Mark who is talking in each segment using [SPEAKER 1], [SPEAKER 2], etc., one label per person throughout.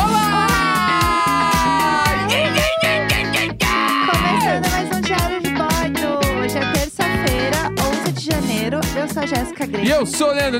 [SPEAKER 1] um é Brasileiro. Eu sou a Jéssica Greco.
[SPEAKER 2] E eu sou o Leandro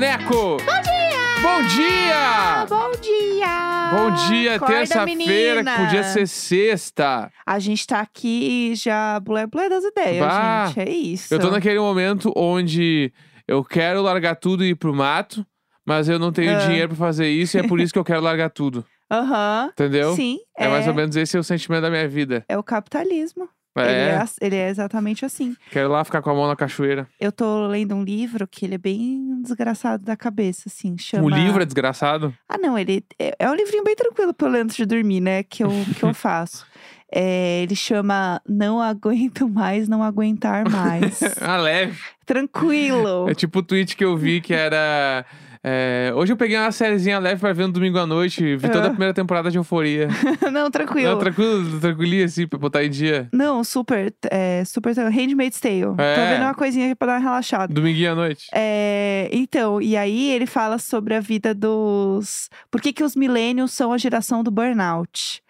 [SPEAKER 1] Bom
[SPEAKER 2] Neco.
[SPEAKER 1] dia!
[SPEAKER 2] Bom dia!
[SPEAKER 1] Bom dia!
[SPEAKER 2] Bom dia,
[SPEAKER 1] Acorda,
[SPEAKER 2] terça-feira, que
[SPEAKER 1] menina.
[SPEAKER 2] podia ser sexta.
[SPEAKER 1] A gente tá aqui já blé blé das ideias,
[SPEAKER 2] Bah!
[SPEAKER 1] gente. É isso.
[SPEAKER 2] Eu tô naquele momento onde eu quero largar tudo e ir pro mato, mas eu não tenho
[SPEAKER 1] Ah.
[SPEAKER 2] dinheiro pra fazer isso e é por isso que eu quero largar tudo.
[SPEAKER 1] Aham.
[SPEAKER 2] Entendeu?
[SPEAKER 1] Sim.
[SPEAKER 2] É mais ou menos esse é o sentimento da minha vida.
[SPEAKER 1] é o capitalismo. Ele, é,
[SPEAKER 2] É,
[SPEAKER 1] as- ele é exatamente assim.
[SPEAKER 2] quero lá ficar com a mão na cachoeira.
[SPEAKER 1] Eu tô lendo um livro que ele é bem desgraçado da cabeça, assim. Chama...
[SPEAKER 2] O livro é desgraçado?
[SPEAKER 1] Ah, não, ele é, é um livrinho bem tranquilo pra eu ler antes de dormir, né? Que eu, que eu faço. É, ele chama Não Aguento Mais, Não Aguentar Mais.
[SPEAKER 2] Ah, leve.
[SPEAKER 1] Tranquilo.
[SPEAKER 2] É tipo o tweet que eu vi que era. é, hoje eu peguei uma sériezinha leve pra ver no domingo à noite. Vi toda a
[SPEAKER 1] Ah.
[SPEAKER 2] primeira temporada de Euforia.
[SPEAKER 1] não, tranquilo.
[SPEAKER 2] É Não, tranquilo, tranquilinha assim, pra botar em dia.
[SPEAKER 1] Não, super, é, super. tranquilo. Handmaid's Tale. Tô
[SPEAKER 2] É.
[SPEAKER 1] vendo uma coisinha aqui pra dar uma relaxada.
[SPEAKER 2] Dominguinho à noite.
[SPEAKER 1] É, então, e aí ele fala sobre a vida dos. Por que, que os millennials são a geração do burnout?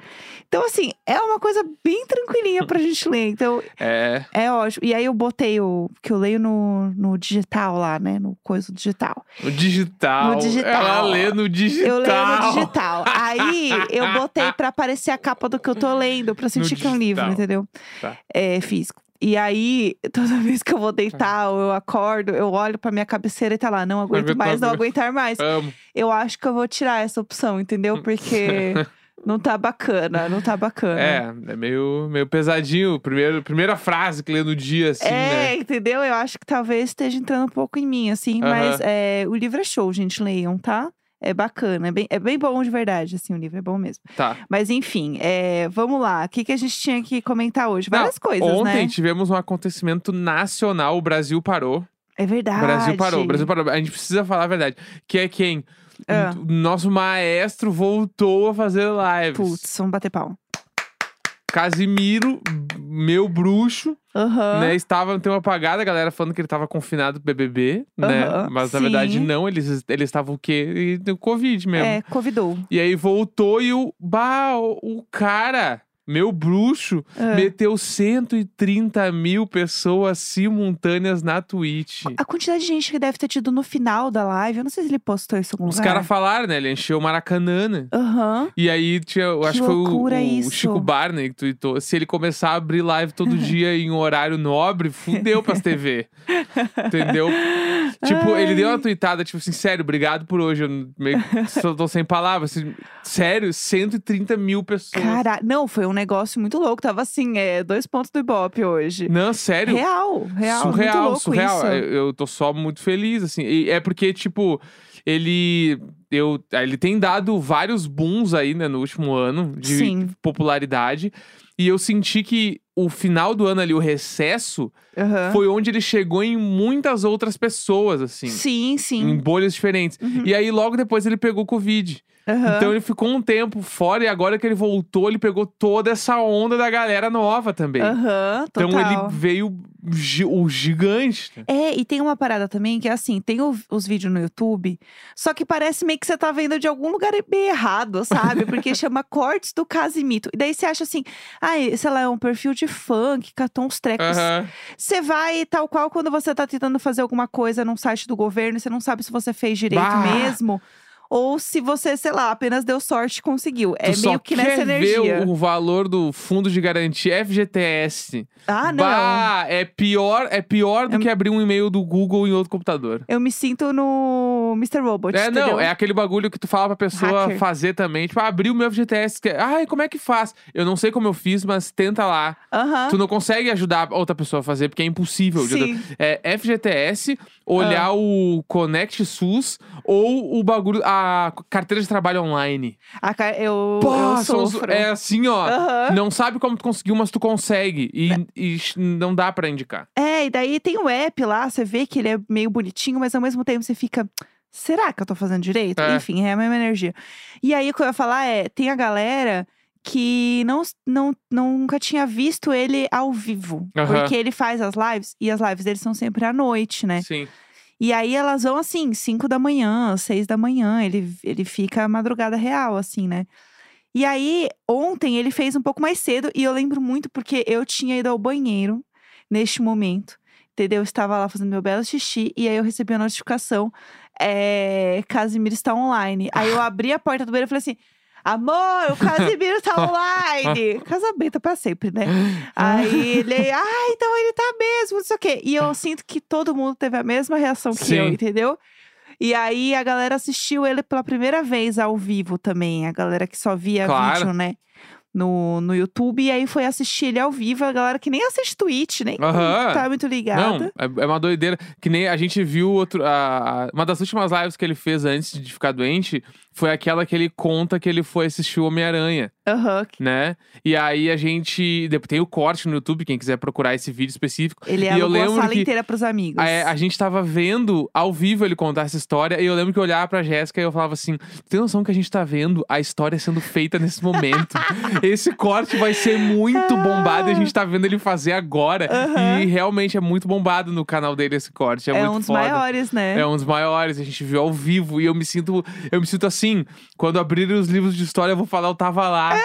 [SPEAKER 1] Então, assim, é uma coisa bem tranquilinha pra gente ler. Então,
[SPEAKER 2] É.
[SPEAKER 1] é ótimo. E aí eu botei o. que eu leio no, no digital lá, né? No coisa digital.
[SPEAKER 2] O digital.
[SPEAKER 1] No digital.
[SPEAKER 2] Ela lê no digital.
[SPEAKER 1] Eu leio no digital. Aí eu botei pra aparecer a capa do que eu tô lendo, pra sentir que é um livro,
[SPEAKER 2] digital.
[SPEAKER 1] entendeu?
[SPEAKER 2] Tá.
[SPEAKER 1] É físico. E aí, toda vez que eu vou deitar ou eu acordo, eu olho pra minha cabeceira e tá lá, não aguento
[SPEAKER 2] aguento, não
[SPEAKER 1] mais, não
[SPEAKER 2] aguento.
[SPEAKER 1] aguentar mais.
[SPEAKER 2] Amo.
[SPEAKER 1] Eu acho que eu vou tirar essa opção,
[SPEAKER 2] Hum.
[SPEAKER 1] entendeu? Porque não tá bacana, não tá bacana.
[SPEAKER 2] É, é meio, meio pesadinho. Primeiro, primeira frase que lê no dia, assim,
[SPEAKER 1] É,
[SPEAKER 2] né?
[SPEAKER 1] entendeu? Eu acho que talvez esteja entrando um pouco em mim, assim.
[SPEAKER 2] Aham.
[SPEAKER 1] Mas é, o livro é show, gente. Leiam, tá? É bacana. É bem, é bem bom de verdade, assim. O livro é bom mesmo.
[SPEAKER 2] Tá.
[SPEAKER 1] Mas enfim, é, vamos lá. O que, que a gente tinha que comentar hoje? Várias
[SPEAKER 2] Não,
[SPEAKER 1] coisas,
[SPEAKER 2] Ontem
[SPEAKER 1] né?
[SPEAKER 2] tivemos um acontecimento nacional. O Brasil parou.
[SPEAKER 1] É verdade.
[SPEAKER 2] O Brasil parou. O Brasil parou. A gente precisa falar a verdade. Que é quem?
[SPEAKER 1] Ah.
[SPEAKER 2] O nosso maestro voltou a fazer lives.
[SPEAKER 1] Putz, vamos bater pau.
[SPEAKER 2] Casimiro, meu bruxo,
[SPEAKER 1] Aham.
[SPEAKER 2] né? Estava no tema apagado, a galera falando que ele estava confinado pro BBB, né?
[SPEAKER 1] Aham,
[SPEAKER 2] Mas na
[SPEAKER 1] sim.
[SPEAKER 2] verdade não, eles eles estavam o quê? E- do Covid mesmo.
[SPEAKER 1] É, convidou.
[SPEAKER 2] E aí voltou e o bah, o, o cara, meu bruxo,
[SPEAKER 1] Ah.
[SPEAKER 2] meteu 130 mil pessoas simultâneas na Twitch.
[SPEAKER 1] A quantidade de gente que deve ter tido no final da live, eu não sei se ele postou isso em algum
[SPEAKER 2] Os
[SPEAKER 1] lugar.
[SPEAKER 2] caras falaram, né? Ele encheu o Maracanã, né?
[SPEAKER 1] Aham.
[SPEAKER 2] E aí tinha, eu acho que foi o,
[SPEAKER 1] loucura
[SPEAKER 2] o
[SPEAKER 1] isso.
[SPEAKER 2] Chico Barney que tweetou. Se ele começar a abrir live todo dia em um horário nobre, fudeu pras TV. Entendeu? Tipo, ele deu uma tweetada, tipo assim, sério, obrigado por hoje. Eu não- meio, que só tô sem palavras. assim, sério, 130 mil pessoas.
[SPEAKER 1] Cara, não, foi um negócio muito louco. Tava assim, é, dois pontos do Ibope hoje.
[SPEAKER 2] Não, sério.
[SPEAKER 1] Real, real.
[SPEAKER 2] surreal,
[SPEAKER 1] muito louco
[SPEAKER 2] surreal. é,
[SPEAKER 1] Isso.
[SPEAKER 2] Eu, eu tô só muito feliz, assim. E é porque, tipo, ele. Eu, ele tem dado vários booms aí, né, no último ano de
[SPEAKER 1] Sim.
[SPEAKER 2] popularidade. E eu senti que o final do ano ali, o recesso,
[SPEAKER 1] aham.
[SPEAKER 2] foi onde ele chegou em muitas outras pessoas, assim.
[SPEAKER 1] Sim,
[SPEAKER 2] Em
[SPEAKER 1] sim.
[SPEAKER 2] bolhas diferentes.
[SPEAKER 1] Uhum.
[SPEAKER 2] E aí, logo depois, ele pegou Covid.
[SPEAKER 1] aham.
[SPEAKER 2] Então, ele ficou um tempo fora, e agora que ele voltou, ele pegou toda essa onda da galera nova também.
[SPEAKER 1] Aham,
[SPEAKER 2] Então,
[SPEAKER 1] total.
[SPEAKER 2] ele veio gi- o gigante. né?
[SPEAKER 1] É, e tem uma parada também que é assim, tem o- os vídeos no YouTube, só que parece meio que você tá vendo de algum lugar meio errado, sabe? Porque chama cortes do Casimito. E daí você acha assim, ah, sei lá, é um perfil de funk, catou uns trecos
[SPEAKER 2] Aham.
[SPEAKER 1] Você vai tal qual quando você tá tentando fazer alguma coisa num site do governo e você não sabe se você fez direito
[SPEAKER 2] Bah!
[SPEAKER 1] mesmo. Ou se você, sei lá, apenas deu sorte e conseguiu. É
[SPEAKER 2] tu
[SPEAKER 1] meio
[SPEAKER 2] só
[SPEAKER 1] que
[SPEAKER 2] quer
[SPEAKER 1] nessa energia.
[SPEAKER 2] ver o valor do fundo de garantia FGTS.
[SPEAKER 1] Ah, não.
[SPEAKER 2] Bah, é pior, é pior do
[SPEAKER 1] É-
[SPEAKER 2] que abrir um e-mail do Google em outro computador.
[SPEAKER 1] Eu me sinto no Mr. Robot.
[SPEAKER 2] É,
[SPEAKER 1] entendeu?
[SPEAKER 2] não, é aquele bagulho que tu fala pra pessoa
[SPEAKER 1] Hacker.
[SPEAKER 2] fazer também. Tipo, ah, abri o meu FGTS. que- Ai, como é que faz? Eu não sei como eu fiz, mas tenta lá.
[SPEAKER 1] Aham.
[SPEAKER 2] Tu não consegue ajudar outra pessoa a fazer, porque é impossível. de
[SPEAKER 1] Ah. Sim. Ah.
[SPEAKER 2] outra- É FGTS, olhar o Connect SUS ou o bagulho, a carteira de trabalho online.
[SPEAKER 1] A ca- eu,
[SPEAKER 2] Pô,
[SPEAKER 1] eu
[SPEAKER 2] são os-
[SPEAKER 1] sofro.
[SPEAKER 2] é assim, ó.
[SPEAKER 1] Aham. Né.
[SPEAKER 2] Não sabe como tu conseguiu, mas tu consegue. E, e sh- não dá pra indicar.
[SPEAKER 1] É, e daí tem o app lá, você vê que ele é meio bonitinho, mas ao mesmo tempo você fica. Será que eu tô fazendo direito?
[SPEAKER 2] É.
[SPEAKER 1] Enfim, é a mesma energia. E aí o que eu ia falar é: tem a galera que não, não, nunca tinha visto ele ao vivo.
[SPEAKER 2] Aham.
[SPEAKER 1] Porque ele faz as lives, e as lives dele são sempre à noite, né?
[SPEAKER 2] Sim.
[SPEAKER 1] E aí elas vão assim, 5 da manhã, 6 da manhã, ele, ele fica a madrugada real, assim, né? E aí, ontem ele fez um pouco mais cedo, e eu lembro muito porque eu tinha ido ao banheiro. neste momento. Entendeu? Eu estava lá fazendo meu belo xixi e aí eu recebi a notificação: é, Casimiro está online. Aí eu abri a porta do banheiro e falei assim. Amor, o Casimiro está online. Casamento para sempre, né? Aí ele, ah, então ele tá mesmo, não sei o quê. E eu sinto que todo mundo teve a mesma reação que eu,
[SPEAKER 2] É. Sim.
[SPEAKER 1] entendeu? E aí a galera assistiu ele pela primeira vez ao vivo também. A galera que só via
[SPEAKER 2] Claro.
[SPEAKER 1] vídeo, né? No, no YouTube. E aí foi assistir ele ao vivo. A galera que nem assiste Twitch, nem
[SPEAKER 2] Aham.
[SPEAKER 1] tá muito
[SPEAKER 2] Não,
[SPEAKER 1] ligada.
[SPEAKER 2] é, é uma doideira. Que nem a gente viu outro. a- a- uma das últimas lives que ele fez antes de ficar doente foi aquela que ele conta que ele foi assistir o Homem-Aranha,
[SPEAKER 1] Aham.
[SPEAKER 2] né? E aí a gente. depois Tem o corte no YouTube, quem quiser procurar esse vídeo específico.
[SPEAKER 1] Ele
[SPEAKER 2] e eu
[SPEAKER 1] alugou a
[SPEAKER 2] lembro
[SPEAKER 1] sala
[SPEAKER 2] que
[SPEAKER 1] inteira pros amigos.
[SPEAKER 2] É, a gente tava vendo ao vivo ele contar essa história. E eu lembro que eu olhava pra Jéssica e eu falava assim: tem noção que a gente tá vendo a história sendo feita nesse momento? Esse corte vai ser muito bombado e a gente tá vendo ele fazer agora.
[SPEAKER 1] Aham.
[SPEAKER 2] E realmente é muito bombado no canal dele esse corte. É,
[SPEAKER 1] É
[SPEAKER 2] muito
[SPEAKER 1] um dos
[SPEAKER 2] foda.
[SPEAKER 1] maiores, né?
[SPEAKER 2] É um dos maiores, a gente viu ao vivo e eu me sinto, eu me sinto assim, quando abrirem os livros de história eu vou falar eu tava lá.
[SPEAKER 1] Ah!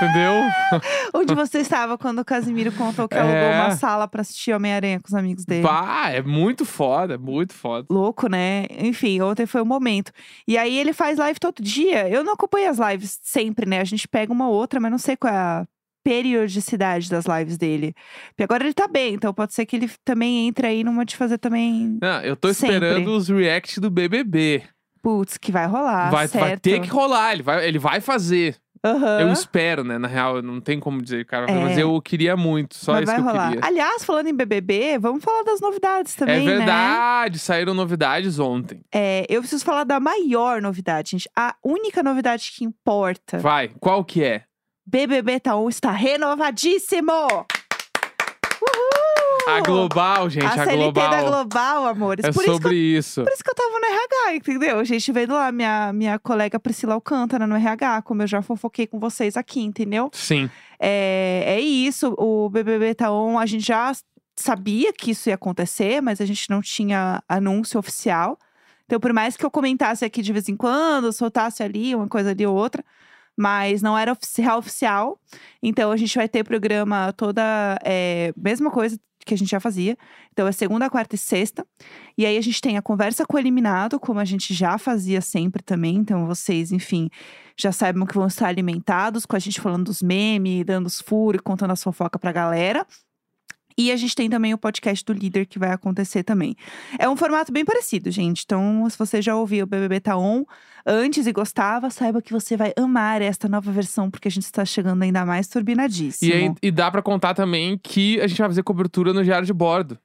[SPEAKER 2] Entendeu?
[SPEAKER 1] Onde você estava quando o Casimiro contou que alugou
[SPEAKER 2] É.
[SPEAKER 1] uma sala pra assistir Homem-Aranha com os amigos dele?
[SPEAKER 2] Pá, é muito foda, muito foda.
[SPEAKER 1] Louco, né? Enfim, ontem foi o momento. E aí ele faz live todo dia. Eu não acompanho as lives sempre, né? A gente pega uma ou outra, mas não sei qual é a periodicidade das lives dele. Porque agora ele tá bem, então pode ser que ele também entre aí numa de fazer também.
[SPEAKER 2] Não, eu tô
[SPEAKER 1] Sempre.
[SPEAKER 2] esperando os react do BBB.
[SPEAKER 1] Putz, que vai rolar.
[SPEAKER 2] vai,
[SPEAKER 1] Ah, certo.
[SPEAKER 2] vai ter que rolar, ele vai, ele vai fazer.
[SPEAKER 1] Aham.
[SPEAKER 2] Eu espero, né? Na real, não tem como dizer, cara.
[SPEAKER 1] É.
[SPEAKER 2] Mas eu queria muito, só
[SPEAKER 1] mas
[SPEAKER 2] isso
[SPEAKER 1] vai
[SPEAKER 2] que eu
[SPEAKER 1] rolar.
[SPEAKER 2] queria.
[SPEAKER 1] Aliás, falando em BBB, vamos falar das novidades também,
[SPEAKER 2] é
[SPEAKER 1] né?
[SPEAKER 2] verdade, saíram novidades ontem.
[SPEAKER 1] É, eu preciso falar da maior novidade, gente. A única novidade que importa.
[SPEAKER 2] Vai, qual que é?
[SPEAKER 1] BBB Taon está renovadíssimo! Uhul!
[SPEAKER 2] A Global, gente, a,
[SPEAKER 1] Uh! a CLT
[SPEAKER 2] Global.
[SPEAKER 1] da Global, amores.
[SPEAKER 2] É
[SPEAKER 1] por, isso que eu,
[SPEAKER 2] sobre isso.
[SPEAKER 1] por isso que eu tava no RH, entendeu? Gente, vendo lá minha, minha colega Priscila Alcântara no RH, como eu já fofoquei com vocês aqui, entendeu?
[SPEAKER 2] Sim,
[SPEAKER 1] É, é isso, o BBB tá on, a gente já sabia que isso ia acontecer, mas a gente não tinha anúncio oficial. Então, por mais que eu comentasse aqui de vez em quando, soltasse ali uma coisa ali ou outra, mas não era oficial oficial. Então, a gente vai ter programa toda é, mesma coisa que a gente já fazia. Então, é segunda, quarta e sexta. E aí a gente tem a conversa com o eliminado, como a gente já fazia sempre também. Então, vocês, enfim, já saibam que vão estar alimentados com a gente falando dos memes, dando os furos, contando as fofocas pra galera. E a gente tem também o podcast do líder que vai acontecer também. É um formato bem parecido, gente. Então, se você já ouviu o BBB Tá On antes e gostava, saiba que você vai amar esta nova versão, porque a gente está chegando ainda mais turbinadíssimo.
[SPEAKER 2] e, aí- né? e dá pra contar também que a gente vai fazer cobertura no Diário de Bordo.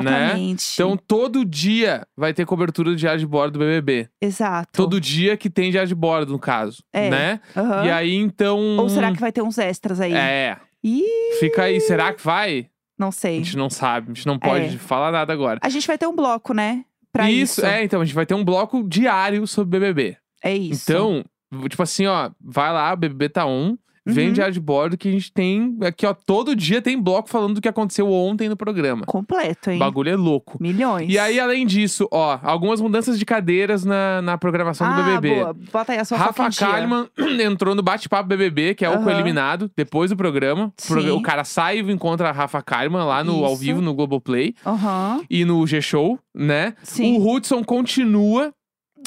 [SPEAKER 1] Exatamente.
[SPEAKER 2] Então, todo dia vai ter cobertura do Diário de Bordo do BBB.
[SPEAKER 1] Exato.
[SPEAKER 2] Todo dia que tem Diário de Bordo, no caso.
[SPEAKER 1] É.
[SPEAKER 2] Né?
[SPEAKER 1] Aham.
[SPEAKER 2] E aí, então.
[SPEAKER 1] Ou será que vai ter uns extras aí?
[SPEAKER 2] É,
[SPEAKER 1] Ih,
[SPEAKER 2] fica aí. Será que vai?
[SPEAKER 1] não
[SPEAKER 2] A
[SPEAKER 1] sei.
[SPEAKER 2] gente não sabe, a gente não pode falar nada agora.
[SPEAKER 1] A gente vai ter um bloco, né? É. Pra isso.
[SPEAKER 2] é, então, a gente vai ter um bloco diário sobre BBB.
[SPEAKER 1] É isso.
[SPEAKER 2] Então, tipo assim, ó, vai lá, BBB tá on, vem
[SPEAKER 1] Uhum.
[SPEAKER 2] o diário de bordo que a gente tem aqui, ó, todo dia tem bloco falando do que aconteceu ontem no programa.
[SPEAKER 1] Completo,
[SPEAKER 2] O
[SPEAKER 1] hein?
[SPEAKER 2] bagulho é louco.
[SPEAKER 1] Milhões.
[SPEAKER 2] E aí, além disso, ó, algumas mudanças de cadeiras na, na programação
[SPEAKER 1] ah,
[SPEAKER 2] do BBB.
[SPEAKER 1] Boa. Bota aí a sua
[SPEAKER 2] Rafa Kalimann entrou no bate-papo BBB, que é o
[SPEAKER 1] Aham.
[SPEAKER 2] eliminado, depois do programa. O pro-
[SPEAKER 1] Sim.
[SPEAKER 2] O cara sai e encontra a Rafa Kalimann lá no ao
[SPEAKER 1] Isso.
[SPEAKER 2] vivo no Globoplay
[SPEAKER 1] Aham.
[SPEAKER 2] e no G-Show, né?
[SPEAKER 1] Sim.
[SPEAKER 2] O Hudson continua,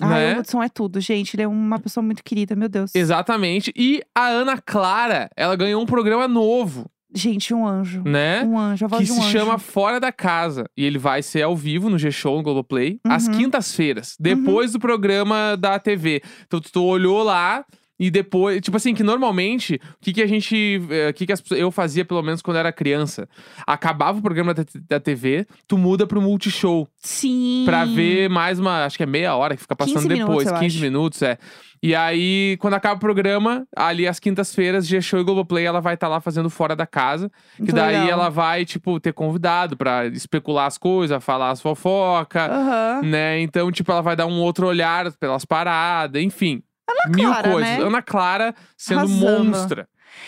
[SPEAKER 1] Ai,
[SPEAKER 2] né?
[SPEAKER 1] o Hudson é tudo, gente. Ele é uma pessoa muito querida, meu Deus.
[SPEAKER 2] Exatamente. E a Ana Clara, ela ganhou um programa novo,
[SPEAKER 1] Gente, um anjo.
[SPEAKER 2] né?
[SPEAKER 1] Um anjo, a voz
[SPEAKER 2] Que
[SPEAKER 1] de um
[SPEAKER 2] se
[SPEAKER 1] anjo.
[SPEAKER 2] chama Fora da Casa. E ele vai ser ao vivo no G-Show, no Globoplay,
[SPEAKER 1] Uhum.
[SPEAKER 2] às quintas-feiras, depois do programa da TV. Então, tu, tu olhou lá. E depois, tipo assim, que normalmente, o que, que a gente. eh, O que, que as pessoas- eu fazia, pelo menos quando era criança? Acabava o programa da, da TV, tu muda pro Multishow.
[SPEAKER 1] Sim.
[SPEAKER 2] Pra ver mais uma, acho que é meia hora que fica passando
[SPEAKER 1] 15 Uhum. minutos,
[SPEAKER 2] depois,
[SPEAKER 1] eu
[SPEAKER 2] 15
[SPEAKER 1] acho.
[SPEAKER 2] minutos, é. E aí, quando acaba o programa, ali às quintas-feiras, G-Show e Globoplay, ela vai estar lá fazendo fora da casa. Que
[SPEAKER 1] Muito
[SPEAKER 2] daí
[SPEAKER 1] legal.
[SPEAKER 2] ela vai, tipo, ter convidado pra especular as coisas, falar as fofocas,
[SPEAKER 1] Aham.
[SPEAKER 2] né? Então, tipo, ela vai dar um outro olhar pelas paradas, enfim. mil
[SPEAKER 1] Clara,
[SPEAKER 2] coisas.
[SPEAKER 1] né?
[SPEAKER 2] Ana Clara sendo
[SPEAKER 1] Arrasando.
[SPEAKER 2] monstra.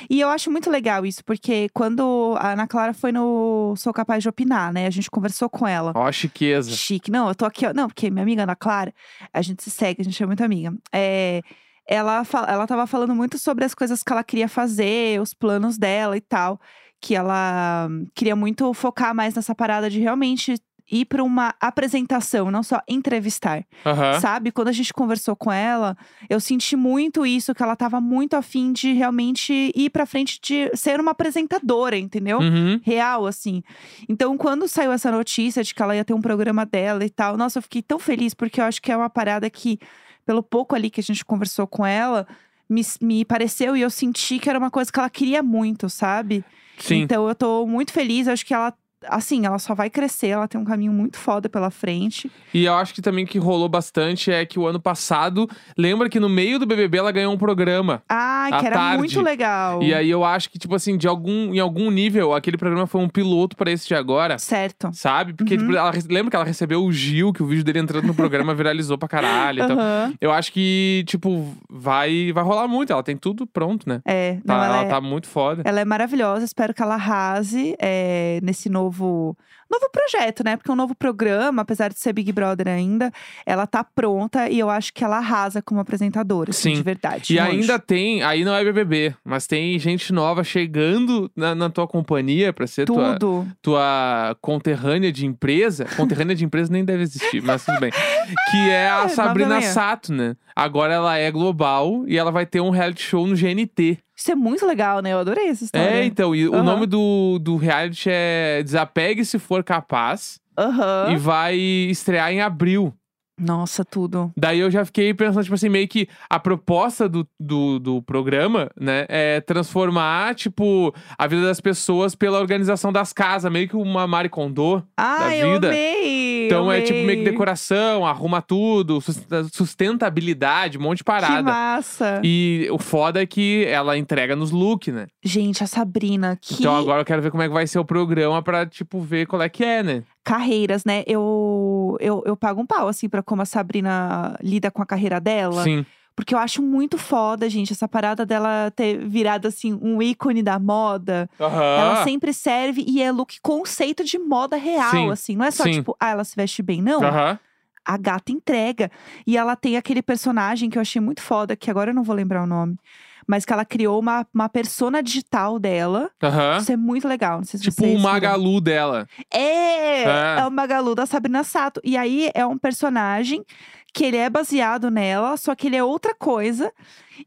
[SPEAKER 1] E eu acho muito legal isso, porque quando a Ana Clara foi no Sou Capaz de Opinar, né? A gente conversou com ela.
[SPEAKER 2] Ó, a chiqueza.
[SPEAKER 1] Chique. Não, eu tô aqui, ó. Não, porque minha amiga Ana Clara, a gente se segue, a gente é muito amiga. É, ela, fa- ela tava falando muito sobre as coisas que ela queria fazer, os planos dela e tal. que ela hum, queria muito focar mais nessa parada de realmente ir para uma apresentação, não só entrevistar.
[SPEAKER 2] Aham.
[SPEAKER 1] Sabe? Quando a gente conversou com ela, eu senti muito isso, que ela tava muito afim de realmente ir pra frente de ser uma apresentadora, entendeu?
[SPEAKER 2] Uhum.
[SPEAKER 1] Real, assim. Então, quando saiu essa notícia de que ela ia ter um programa dela e tal, nossa, eu fiquei tão feliz, porque eu acho que é uma parada que, pelo pouco ali que a gente conversou com ela, me, me pareceu e eu senti que era uma coisa que ela queria muito, sabe?
[SPEAKER 2] Sim.
[SPEAKER 1] Então, eu tô muito feliz, eu acho que ela. Assim, ela só vai crescer, ela tem um caminho muito foda pela frente.
[SPEAKER 2] E eu acho que também que rolou bastante é que o ano passado, lembra que no meio do BBB ela ganhou um programa.
[SPEAKER 1] Ah,
[SPEAKER 2] À
[SPEAKER 1] que era
[SPEAKER 2] tarde.
[SPEAKER 1] muito legal.
[SPEAKER 2] E aí eu acho que tipo assim, de algum em algum nível, aquele programa foi um piloto pra esse de agora.
[SPEAKER 1] Certo.
[SPEAKER 2] Sabe?
[SPEAKER 1] Uhum.
[SPEAKER 2] Porque tipo, ela re- lembra que ela recebeu o Gil, que o vídeo dele entrando no programa viralizou pra caralho e tal.
[SPEAKER 1] Aham.
[SPEAKER 2] Eu acho que, tipo, vai, vai rolar muito. Ela tem tudo pronto, né?
[SPEAKER 1] É, não,
[SPEAKER 2] Tá-
[SPEAKER 1] ela,
[SPEAKER 2] ela
[SPEAKER 1] é,
[SPEAKER 2] tá muito foda.
[SPEAKER 1] ela é maravilhosa. Espero que ela arrase é, nesse novo novo projeto, né? Porque é um novo programa, apesar de ser Big Brother ainda, ela tá pronta e eu acho que ela arrasa como apresentadora, assim,
[SPEAKER 2] Sim.
[SPEAKER 1] de verdade.
[SPEAKER 2] E
[SPEAKER 1] um anjo.
[SPEAKER 2] ainda tem, aí não é BBB, mas tem gente nova chegando na, na tua companhia pra ser tua,
[SPEAKER 1] tudo.
[SPEAKER 2] tua conterrânea de empresa. Conterrânea de empresa nem deve existir, mas tudo bem. Que é a
[SPEAKER 1] nada
[SPEAKER 2] Sabrina
[SPEAKER 1] mesmo.
[SPEAKER 2] Sato, né? Agora ela é global e ela vai ter um reality show no GNT.
[SPEAKER 1] Isso é muito legal, né? Eu adorei essa
[SPEAKER 2] É,
[SPEAKER 1] história.
[SPEAKER 2] então, e o
[SPEAKER 1] Aham.
[SPEAKER 2] nome do, do reality é Desapegue se for capaz
[SPEAKER 1] Aham.
[SPEAKER 2] e vai estrear em abril.
[SPEAKER 1] Nossa, tudo.
[SPEAKER 2] Daí eu já fiquei pensando, tipo assim, meio que a proposta do, do, do programa, né, é transformar, tipo, a vida das pessoas pela organização das casas, meio que uma Marie Kondo.
[SPEAKER 1] Ah, eu
[SPEAKER 2] vida.
[SPEAKER 1] amei!
[SPEAKER 2] Então é
[SPEAKER 1] amei.
[SPEAKER 2] tipo meio que decoração, arruma tudo, sus- sustentabilidade, um monte de
[SPEAKER 1] Que
[SPEAKER 2] parada.
[SPEAKER 1] massa!
[SPEAKER 2] E o foda é que ela entrega nos looks, né?
[SPEAKER 1] Gente, a Sabrina, que
[SPEAKER 2] Então agora eu quero ver como é que vai ser o programa pra, tipo, ver qual é que é, né?
[SPEAKER 1] carreiras, né? Eu, eu, eu pago um pau, assim, pra como a Sabrina lida com a carreira dela.
[SPEAKER 2] Sim.
[SPEAKER 1] Porque eu acho muito foda, gente, essa parada dela ter virado, assim, um ícone da moda. Ela
[SPEAKER 2] Aham.
[SPEAKER 1] sempre serve e é look conceito de moda real,
[SPEAKER 2] Sim,
[SPEAKER 1] assim. Não é só,
[SPEAKER 2] sim.
[SPEAKER 1] tipo, ah, ela se veste bem. Não,
[SPEAKER 2] Aham.
[SPEAKER 1] a gata entrega. E ela tem aquele personagem que eu achei muito foda, que agora eu não vou lembrar o nome. Mas que ela criou uma, uma persona digital dela.
[SPEAKER 2] Aham.
[SPEAKER 1] Isso é muito legal. Não sei se
[SPEAKER 2] Tipo
[SPEAKER 1] vocês
[SPEAKER 2] o
[SPEAKER 1] viram.
[SPEAKER 2] Magalu dela.
[SPEAKER 1] É,
[SPEAKER 2] É.
[SPEAKER 1] é, o Magalu da Sabrina Sato. E aí é um personagem que ele é baseado nela, só que ele é outra coisa.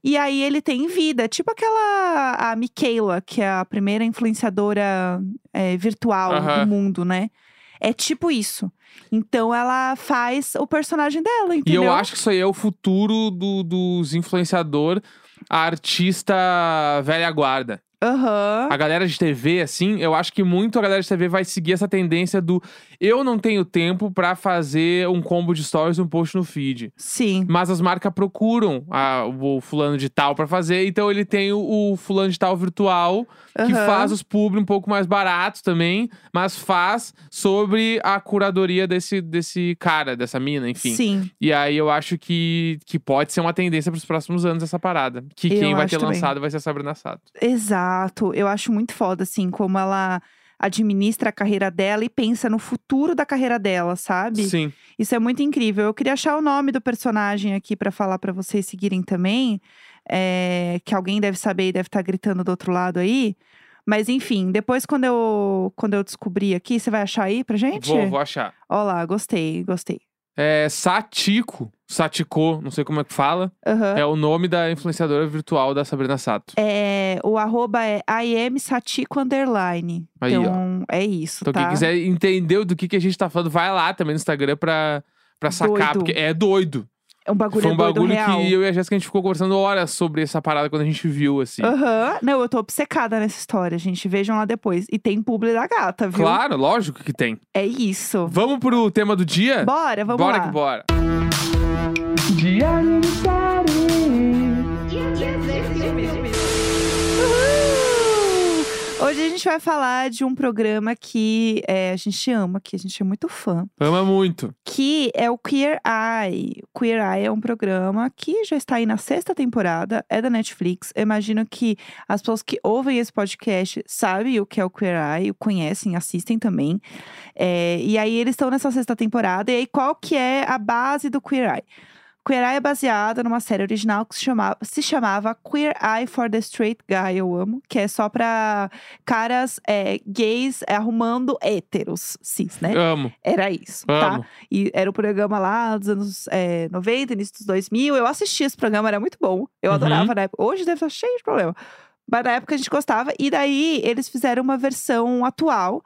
[SPEAKER 1] E aí ele tem vida, tipo aquela a Michaela, que é a primeira influenciadora é, virtual
[SPEAKER 2] Aham.
[SPEAKER 1] do mundo, né? É tipo isso. Então ela faz o personagem dela,
[SPEAKER 2] E
[SPEAKER 1] entendeu?
[SPEAKER 2] eu acho que isso aí é o futuro do- dos influenciador, a artista velha guarda.
[SPEAKER 1] Aham.
[SPEAKER 2] A galera de TV, assim, eu acho que muito a galera de TV vai seguir essa tendência do eu não tenho tempo pra fazer um combo de stories e um post no feed.
[SPEAKER 1] Sim.
[SPEAKER 2] Mas as marcas procuram a- o fulano de tal pra fazer, então ele tem o, o fulano de tal virtual que
[SPEAKER 1] Aham.
[SPEAKER 2] faz os publi um pouco mais baratos também, mas faz sobre a curadoria desse, desse cara, dessa mina, enfim.
[SPEAKER 1] Sim.
[SPEAKER 2] E aí eu acho que, que pode ser uma tendência pros próximos anos essa parada. Que
[SPEAKER 1] Eu
[SPEAKER 2] quem vai
[SPEAKER 1] acho
[SPEAKER 2] ter
[SPEAKER 1] também.
[SPEAKER 2] lançado vai ser a Sabrina Sato.
[SPEAKER 1] Exato. Eu acho muito foda, assim, como ela administra a carreira dela e pensa no futuro da carreira dela, sabe?
[SPEAKER 2] Sim.
[SPEAKER 1] Isso é muito incrível. Eu queria achar o nome do personagem aqui pra falar pra vocês seguirem também. é, que alguém deve saber e deve estar gritando do outro lado aí. Mas enfim, depois quando eu, quando eu descobrir aqui, você vai achar aí pra gente?
[SPEAKER 2] Vou, vou achar.
[SPEAKER 1] Ó lá, gostei, gostei.
[SPEAKER 2] É Satiko. Satiko, não sei como é que fala.
[SPEAKER 1] Aham.
[SPEAKER 2] É o nome da influenciadora virtual da Sabrina Sato.
[SPEAKER 1] É, o arroba é imsatico underline.
[SPEAKER 2] Aí, ó.
[SPEAKER 1] então, é isso,
[SPEAKER 2] Então,
[SPEAKER 1] tá?
[SPEAKER 2] quem quiser entender do que, que a gente tá falando, vai lá também no Instagram pra, pra sacar.
[SPEAKER 1] Doido.
[SPEAKER 2] Porque é doido.
[SPEAKER 1] É um bagulho
[SPEAKER 2] Foi um
[SPEAKER 1] doido
[SPEAKER 2] bagulho
[SPEAKER 1] real.
[SPEAKER 2] que eu e a Jéssica a gente ficou conversando horas sobre essa parada quando a gente viu, assim.
[SPEAKER 1] Aham. Não, eu tô obcecada nessa história, gente. Vejam lá depois. E tem publi da gata, viu?
[SPEAKER 2] Claro, lógico que tem.
[SPEAKER 1] É isso.
[SPEAKER 2] Vamos pro tema do dia?
[SPEAKER 1] Bora, vamos
[SPEAKER 2] É. bora
[SPEAKER 1] lá.
[SPEAKER 2] que bora.
[SPEAKER 1] Uhul! Hoje a gente vai falar de um programa que é, a gente ama, que a gente é muito fã,
[SPEAKER 2] Ama muito.
[SPEAKER 1] que é o Queer Eye. O Queer Eye é um programa que já está aí na sexta temporada, é da Netflix. Eu imagino que as pessoas que ouvem esse podcast sabem o que é o Queer Eye, conhecem, assistem também. É, e aí eles estão nessa sexta temporada. E aí qual que é a base do Queer Eye? Queer Eye é baseada numa série original que se chamava, se chamava Queer Eye for the Straight Guy, eu amo, que é só pra caras é, gays é, arrumando héteros cis, né?
[SPEAKER 2] Amo,
[SPEAKER 1] Era isso, tá?
[SPEAKER 2] amo.
[SPEAKER 1] E era o programa lá dos anos é, 90, início dos 2000. Eu assisti esse programa, era muito bom. Eu
[SPEAKER 2] Uhum.
[SPEAKER 1] adorava na época. Hoje deve estar cheio de problema. Mas na época a gente gostava. E daí eles fizeram uma versão atual,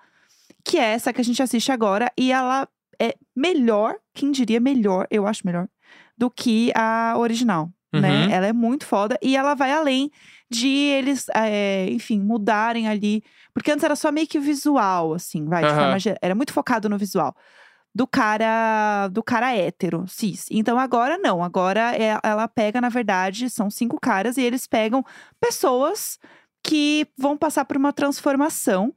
[SPEAKER 1] que é essa que a gente assiste agora. E ela é melhor, quem diria melhor, eu acho melhor, do que a original. Né?
[SPEAKER 2] Uhum.
[SPEAKER 1] Ela é muito foda e ela vai além de eles, é, enfim, mudarem ali. Porque antes era só meio que visual, assim, vai, de
[SPEAKER 2] Aham.
[SPEAKER 1] forma geral. Era muito focado no visual do cara do cara hétero, cis. Então agora não, agora é- ela pega, na verdade, são cinco caras e eles pegam pessoas que vão passar por uma transformação,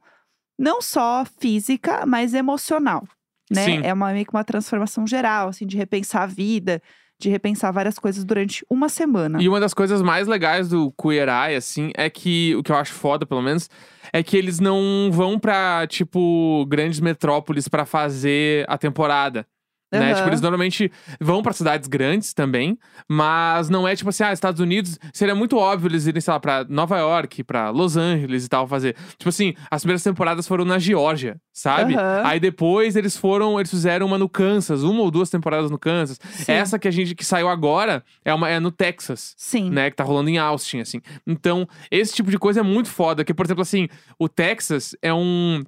[SPEAKER 1] não só física, mas emocional, né?
[SPEAKER 2] Sim.
[SPEAKER 1] É uma meio que uma transformação geral, assim, de repensar a vida, de repensar várias coisas durante uma semana.
[SPEAKER 2] E uma das coisas mais legais do Queer Eye, assim, é que o que eu acho foda, pelo menos, é que eles não vão pra, tipo, grandes metrópoles pra fazer a temporada. Né?
[SPEAKER 1] Aham.
[SPEAKER 2] Tipo, eles normalmente vão pra cidades grandes também, mas não é tipo assim, ah, Estados Unidos, seria muito óbvio eles irem, sei lá, pra Nova York, pra Los Angeles e tal, fazer. Tipo assim, as primeiras temporadas foram na Geórgia, sabe?
[SPEAKER 1] Aham.
[SPEAKER 2] Aí depois eles foram, eles fizeram uma no Kansas, uma ou duas temporadas no Kansas.
[SPEAKER 1] Sim.
[SPEAKER 2] Essa que a gente que saiu agora é, uma, é no Texas.
[SPEAKER 1] Sim.
[SPEAKER 2] Né, que tá rolando em Austin, assim. Então, esse tipo de coisa é muito foda. Que, por exemplo, assim, o Texas é um.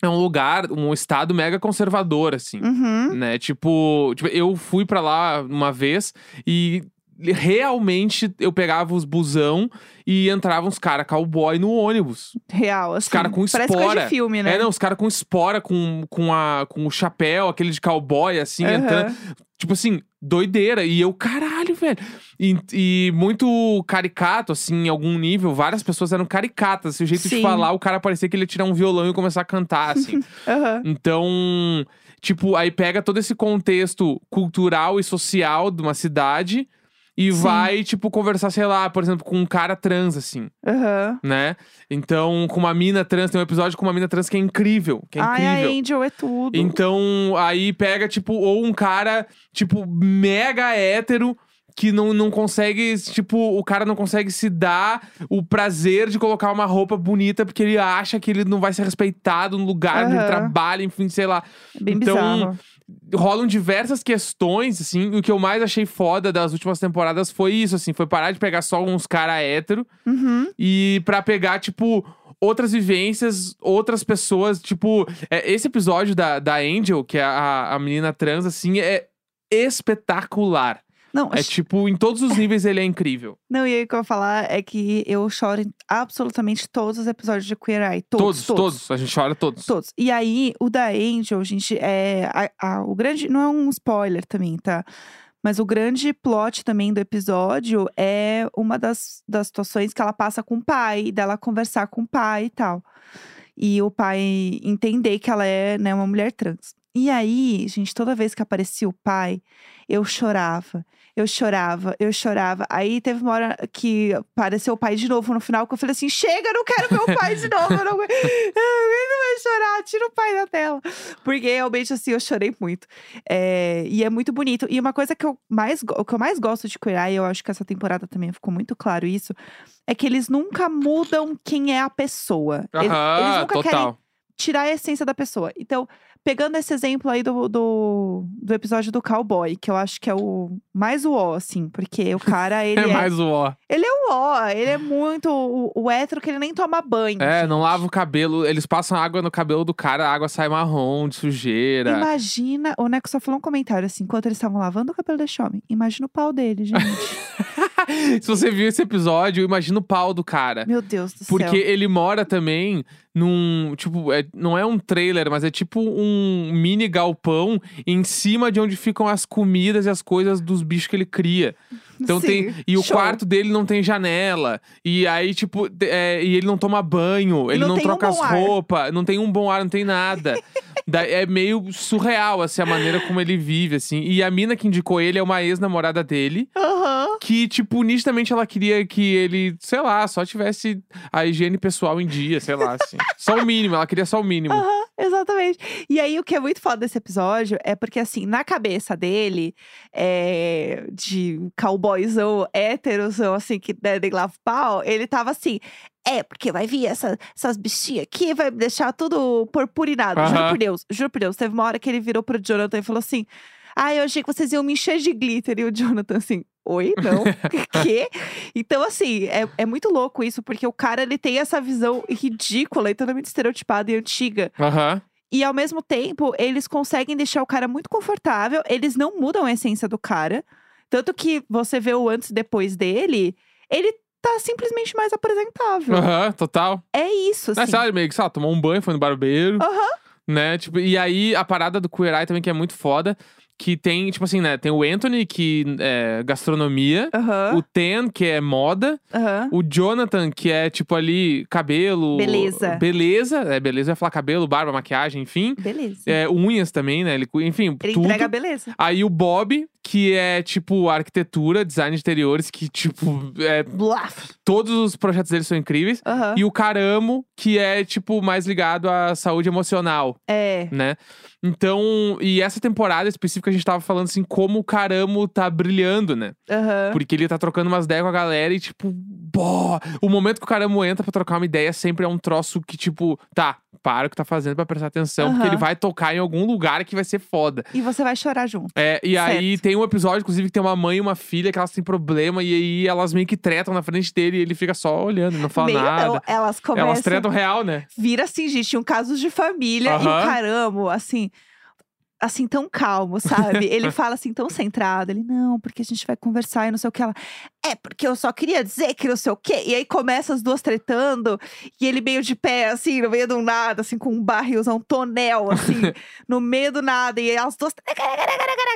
[SPEAKER 2] É um lugar, um estado mega conservador, assim.
[SPEAKER 1] Uhum.
[SPEAKER 2] Né? Tipo, tipo, eu fui pra lá uma vez e realmente eu pegava os busão e entrava uns cara cowboy no ônibus.
[SPEAKER 1] Real, assim.
[SPEAKER 2] cara com
[SPEAKER 1] Parece coisa
[SPEAKER 2] espora.
[SPEAKER 1] de filme, né?
[SPEAKER 2] É, não, os caras com espora, com, com, a, com o chapéu, aquele de cowboy, assim,
[SPEAKER 1] Aham.
[SPEAKER 2] entrando. Tipo assim, doideira. E eu, caralho, velho. E, e muito caricato, assim, em algum nível. Várias pessoas eram caricatas. Assim, o jeito
[SPEAKER 1] Sim.
[SPEAKER 2] de falar, o cara parecia que ele ia tirar um violão e começar a cantar, assim.
[SPEAKER 1] Aham.
[SPEAKER 2] então, tipo, aí pega todo esse contexto cultural e social de uma cidade e
[SPEAKER 1] Sim.
[SPEAKER 2] vai, tipo, conversar, sei lá, por exemplo, com um cara trans, assim
[SPEAKER 1] Aham.
[SPEAKER 2] né? Então, com uma mina trans, tem um episódio com uma mina trans que é incrível, que é
[SPEAKER 1] Ai, a
[SPEAKER 2] incrível.
[SPEAKER 1] Angel é tudo.
[SPEAKER 2] Então, aí pega, tipo, ou um cara, tipo, mega hétero, que não, não consegue, tipo, o cara não consegue se dar o prazer de colocar uma roupa bonita, porque ele acha que ele não vai ser respeitado no lugar onde ele
[SPEAKER 1] Aham.
[SPEAKER 2] trabalha, enfim, sei lá
[SPEAKER 1] É Bem
[SPEAKER 2] Então,
[SPEAKER 1] bizarro.
[SPEAKER 2] rolam diversas questões, assim. E o que eu mais achei foda das últimas temporadas foi isso, assim. Foi parar de pegar só uns cara hétero
[SPEAKER 1] Uhum.
[SPEAKER 2] e pra pegar, tipo, outras vivências, outras pessoas. Tipo, é, esse episódio da, da Angel, que é a, a menina trans, assim, é espetacular.
[SPEAKER 1] Não,
[SPEAKER 2] É
[SPEAKER 1] acho-
[SPEAKER 2] tipo, em todos os níveis ele é incrível.
[SPEAKER 1] não, e aí o que eu ia falar é que eu choro em absolutamente todos os episódios de Queer Eye.
[SPEAKER 2] Todos,
[SPEAKER 1] Todos,
[SPEAKER 2] todos. A gente chora todos.
[SPEAKER 1] Todos. E aí, o da Angel, gente, é. a- a- o grande. Não é um spoiler também, tá? Mas o grande plot também do episódio é uma das, das situações que ela passa com o pai, dela conversar com o pai e tal. E o pai entender que ela é né, uma mulher trans. E aí, gente, toda vez que aparecia o pai, eu chorava, eu chorava, eu chorava. Aí teve uma hora que apareceu o pai de novo no final, que eu falei assim: chega, eu não quero ver o pai de novo, eu não aguento. vai chorar, tira o pai da tela. Porque realmente, assim, eu chorei muito. É, e é muito bonito. E uma coisa que eu mais, go- o que eu mais gosto de Queer Eye, eu acho que essa temporada também ficou muito claro isso, é que eles nunca mudam quem é a pessoa. Eles,
[SPEAKER 2] Aham,
[SPEAKER 1] eles nunca querem
[SPEAKER 2] total.
[SPEAKER 1] tirar a essência da pessoa. Então, pegando esse exemplo aí do, do, do episódio do cowboy, que eu acho que é o mais o ó, assim, porque o cara, ele é,
[SPEAKER 2] É mais o ó.
[SPEAKER 1] ele é o ó, ele é muito o, o hétero que ele nem toma banho.
[SPEAKER 2] É,
[SPEAKER 1] gente.
[SPEAKER 2] não lava o cabelo. Eles passam água no cabelo do cara, a água sai marrom, de sujeira.
[SPEAKER 1] Imagina, o Neco só falou um comentário assim, enquanto eles estavam lavando o cabelo desse homem. Imagina o pau dele, gente.
[SPEAKER 2] Se você viu esse episódio, imagina o pau do cara.
[SPEAKER 1] Meu Deus do
[SPEAKER 2] Porque
[SPEAKER 1] céu.
[SPEAKER 2] ele mora também num. Tipo, é- não é um trailer, mas é tipo um mini galpão em cima de onde ficam as comidas e as coisas dos bichos que ele cria. Então
[SPEAKER 1] Sim,
[SPEAKER 2] tem. E o
[SPEAKER 1] show.
[SPEAKER 2] quarto dele não tem janela. E aí, tipo, te- é, e ele não toma banho, ele
[SPEAKER 1] não
[SPEAKER 2] não,
[SPEAKER 1] tem um
[SPEAKER 2] troca as
[SPEAKER 1] bom ar.
[SPEAKER 2] roupas, não tem um bom ar, não tem nada. Da- é meio surreal, assim, a maneira como ele vive, assim. E a mina que indicou ele é uma ex-namorada dele
[SPEAKER 1] Aham.
[SPEAKER 2] que, tipo, nitidamente ela queria que ele, sei lá, só tivesse a higiene pessoal em dia, sei lá, assim. só o mínimo, ela queria só o mínimo.
[SPEAKER 1] Aham. Exatamente. E aí, o que é muito foda desse episódio é porque, assim, na cabeça dele, é, de cowboyzão, héterozão, assim, que né, nem lava o pau, ele tava assim. É, porque vai vir essa- essas bichinhas aqui, vai me deixar tudo purpurinado. Juro
[SPEAKER 2] Aham.
[SPEAKER 1] por Deus, juro por Deus. Teve uma hora que ele virou pro Jonathan e falou assim: Ah, eu achei que vocês iam me encher de glitter. E o Jonathan, assim, oi, não? Quê? Então, assim, é, é muito louco isso, porque o cara ele tem essa visão ridícula e totalmente estereotipada e antiga
[SPEAKER 2] Aham.
[SPEAKER 1] e ao mesmo tempo, eles conseguem deixar o cara muito confortável, eles não mudam a essência do cara. Tanto que você vê o antes e depois dele, ele tá simplesmente mais apresentável.
[SPEAKER 2] Aham, total.
[SPEAKER 1] É isso, assim.
[SPEAKER 2] Nessa hora meio que, sei lá, tomou um banho, foi no barbeiro.
[SPEAKER 1] Aham.
[SPEAKER 2] Né? Tipo, e aí a parada do Queer Eye também que é muito foda. Que tem, tipo assim, né? Tem o Anthony, que é gastronomia. O
[SPEAKER 1] Aham.
[SPEAKER 2] Ten, que é moda.
[SPEAKER 1] Aham.
[SPEAKER 2] O Jonathan, que é tipo ali, cabelo.
[SPEAKER 1] Beleza.
[SPEAKER 2] Beleza. É, beleza, eu ia falar cabelo, barba, maquiagem, enfim.
[SPEAKER 1] Beleza.
[SPEAKER 2] É, unhas também, né? Ele, cu- enfim,
[SPEAKER 1] Ele
[SPEAKER 2] tudo.
[SPEAKER 1] entrega a beleza.
[SPEAKER 2] Aí o Bob, que é tipo arquitetura, design de interiores, que tipo, é,
[SPEAKER 1] Bluff.
[SPEAKER 2] todos os projetos dele são incríveis.
[SPEAKER 1] Aham.
[SPEAKER 2] E o Caramo, que é tipo mais ligado à saúde emocional,
[SPEAKER 1] É.
[SPEAKER 2] né? Então, e essa temporada específica a gente tava falando assim como o Caramo tá brilhando, né?
[SPEAKER 1] Aham.
[SPEAKER 2] Porque ele tá trocando umas ideias com a galera e tipo, bó, o momento que o Caramo entra pra trocar uma ideia sempre é um troço que tipo, tá, para o que tá fazendo pra prestar atenção, porque
[SPEAKER 1] Aham.
[SPEAKER 2] ele vai tocar em algum lugar que vai ser foda.
[SPEAKER 1] E você vai chorar junto.
[SPEAKER 2] É, e aí
[SPEAKER 1] Certo.
[SPEAKER 2] tem um episódio, inclusive, que tem uma mãe e uma filha que elas têm problema, e aí elas meio que tretam na frente dele e ele fica só olhando, não fala
[SPEAKER 1] Meio é,
[SPEAKER 2] nada.
[SPEAKER 1] não, elas começam.
[SPEAKER 2] Elas tretam real, né?
[SPEAKER 1] vira assim, gente, um caso de família e o
[SPEAKER 2] Aham.
[SPEAKER 1] caramba, assim, assim tão calmo, sabe? Ele fala assim tão centrado, ele não, porque a gente vai conversar e não sei o que ela. É, porque eu só queria dizer que não sei o quê. E aí começa as duas tretando e ele meio de pé assim, no meio do nada, assim com um barrilzão, um tonel assim, no meio do nada e aí as duas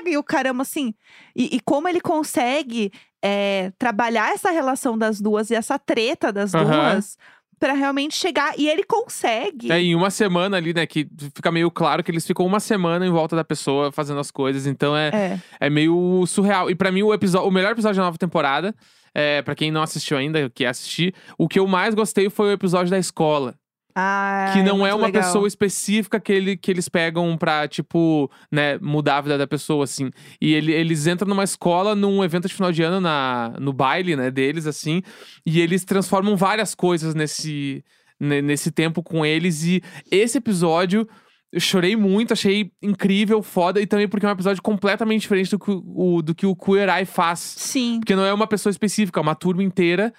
[SPEAKER 1] e o caramba assim. E, e como ele consegue é, trabalhar essa relação das duas e essa treta das
[SPEAKER 2] Aham.
[SPEAKER 1] duas pra realmente chegar. E ele consegue.
[SPEAKER 2] É, em uma semana ali, né, que fica meio claro que eles ficam uma semana em volta da pessoa fazendo as coisas, então é,
[SPEAKER 1] É.
[SPEAKER 2] é meio surreal. E pra mim, o, episódio, o melhor episódio da nova temporada, é, para quem não assistiu ainda, que é assistir, o que eu mais gostei foi o episódio da escola.
[SPEAKER 1] Ah,
[SPEAKER 2] que não é,
[SPEAKER 1] muito
[SPEAKER 2] uma
[SPEAKER 1] legal.
[SPEAKER 2] pessoa específica que, ele, que eles pegam pra, tipo, né, mudar a vida da pessoa, assim. E ele- eles entram numa escola, num evento de final de ano, na, no baile, né, deles, assim. E eles transformam várias coisas nesse, ne- nesse tempo com eles. E esse episódio. Eu chorei muito, achei incrível, foda, e também porque é um episódio completamente diferente do que o, do que o Queer Eye faz.
[SPEAKER 1] Sim.
[SPEAKER 2] Porque não é uma pessoa específica, é uma turma inteira,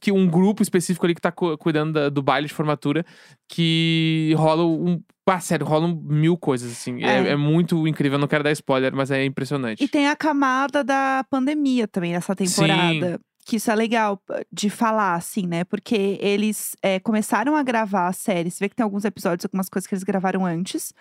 [SPEAKER 2] que um grupo específico ali que tá cu- cuidando da- do baile de formatura, que rola um. Ah, sério, rolam mil coisas, assim. É,
[SPEAKER 1] É.
[SPEAKER 2] é muito incrível, eu não quero dar spoiler, mas é impressionante.
[SPEAKER 1] E tem a camada da pandemia também nessa temporada. Que isso é legal p- de falar, assim, né? Porque eles é, começaram a gravar a série. Você vê que tem alguns episódios, algumas coisas que eles gravaram antes.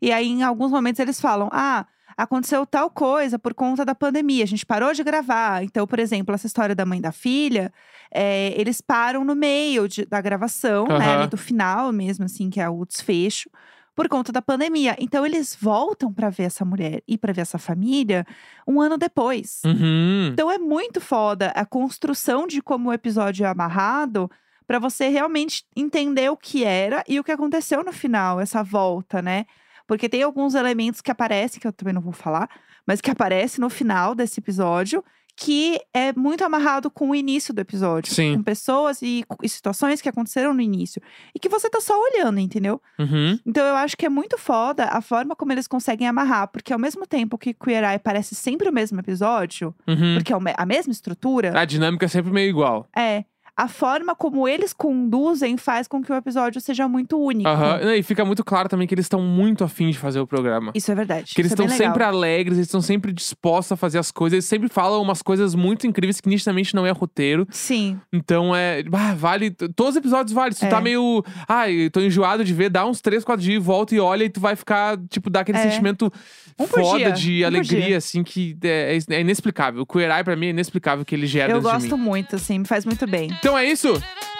[SPEAKER 1] E aí, em alguns momentos, eles falam: Ah, aconteceu tal coisa por conta da pandemia, a gente parou de gravar. Então, por exemplo, essa história da mãe e da filha, é, eles param no meio de- da gravação, né?
[SPEAKER 2] Aham.
[SPEAKER 1] Ali do final mesmo, assim, que é o desfecho. Por conta da pandemia. Então, eles voltam pra ver essa mulher e pra ver essa família um ano depois.
[SPEAKER 2] Uhum.
[SPEAKER 1] Então é muito foda a construção de como o episódio é amarrado pra você realmente entender o que era e o que aconteceu no final, essa volta, né? Porque tem alguns elementos que aparecem, que eu também não vou falar, mas que aparecem no final desse episódio, que é muito amarrado com o início do episódio.
[SPEAKER 2] Sim.
[SPEAKER 1] Com pessoas e, e situações que aconteceram no início. E que você tá só olhando, entendeu?
[SPEAKER 2] Uhum.
[SPEAKER 1] Então eu acho que é muito foda a forma como eles conseguem amarrar, porque ao mesmo tempo que Queer Eye parece sempre o mesmo episódio,
[SPEAKER 2] Uhum.
[SPEAKER 1] porque é o me- a mesma estrutura,
[SPEAKER 2] A dinâmica é sempre meio igual.
[SPEAKER 1] é. A forma como eles conduzem faz com que o episódio seja muito único.
[SPEAKER 2] Aham. E fica muito claro também que eles estão muito afim de fazer o programa.
[SPEAKER 1] Isso é verdade.
[SPEAKER 2] Que eles
[SPEAKER 1] isso é
[SPEAKER 2] estão
[SPEAKER 1] bem legal.
[SPEAKER 2] sempre alegres, eles estão sempre dispostos a fazer as coisas, eles sempre falam umas coisas muito incríveis que nitidamente não é roteiro.
[SPEAKER 1] Sim,
[SPEAKER 2] Então é. bah, vale. t- Todos os episódios vale. Se tu
[SPEAKER 1] É.
[SPEAKER 2] tá meio. Ai, tô enjoado de ver, dá uns 3, 4 dias e volta e olha, e tu vai ficar, tipo, dá aquele
[SPEAKER 1] É.
[SPEAKER 2] sentimento
[SPEAKER 1] Um por dia,
[SPEAKER 2] foda de
[SPEAKER 1] um por
[SPEAKER 2] alegria,
[SPEAKER 1] dia.
[SPEAKER 2] assim, que é, é- é inexplicável. O Queer Eye, pra mim, é inexplicável o que ele gera
[SPEAKER 1] eu
[SPEAKER 2] dentro de
[SPEAKER 1] gosto
[SPEAKER 2] mim.
[SPEAKER 1] muito, assim, me faz muito bem.
[SPEAKER 2] Então é isso.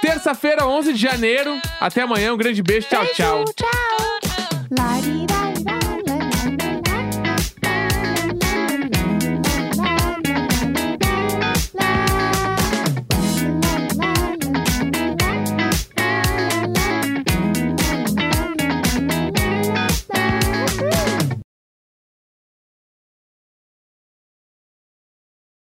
[SPEAKER 2] Terça-feira, 11 de janeiro. Até amanhã. Um grande beijo. Tchau, tchau.
[SPEAKER 1] Lari,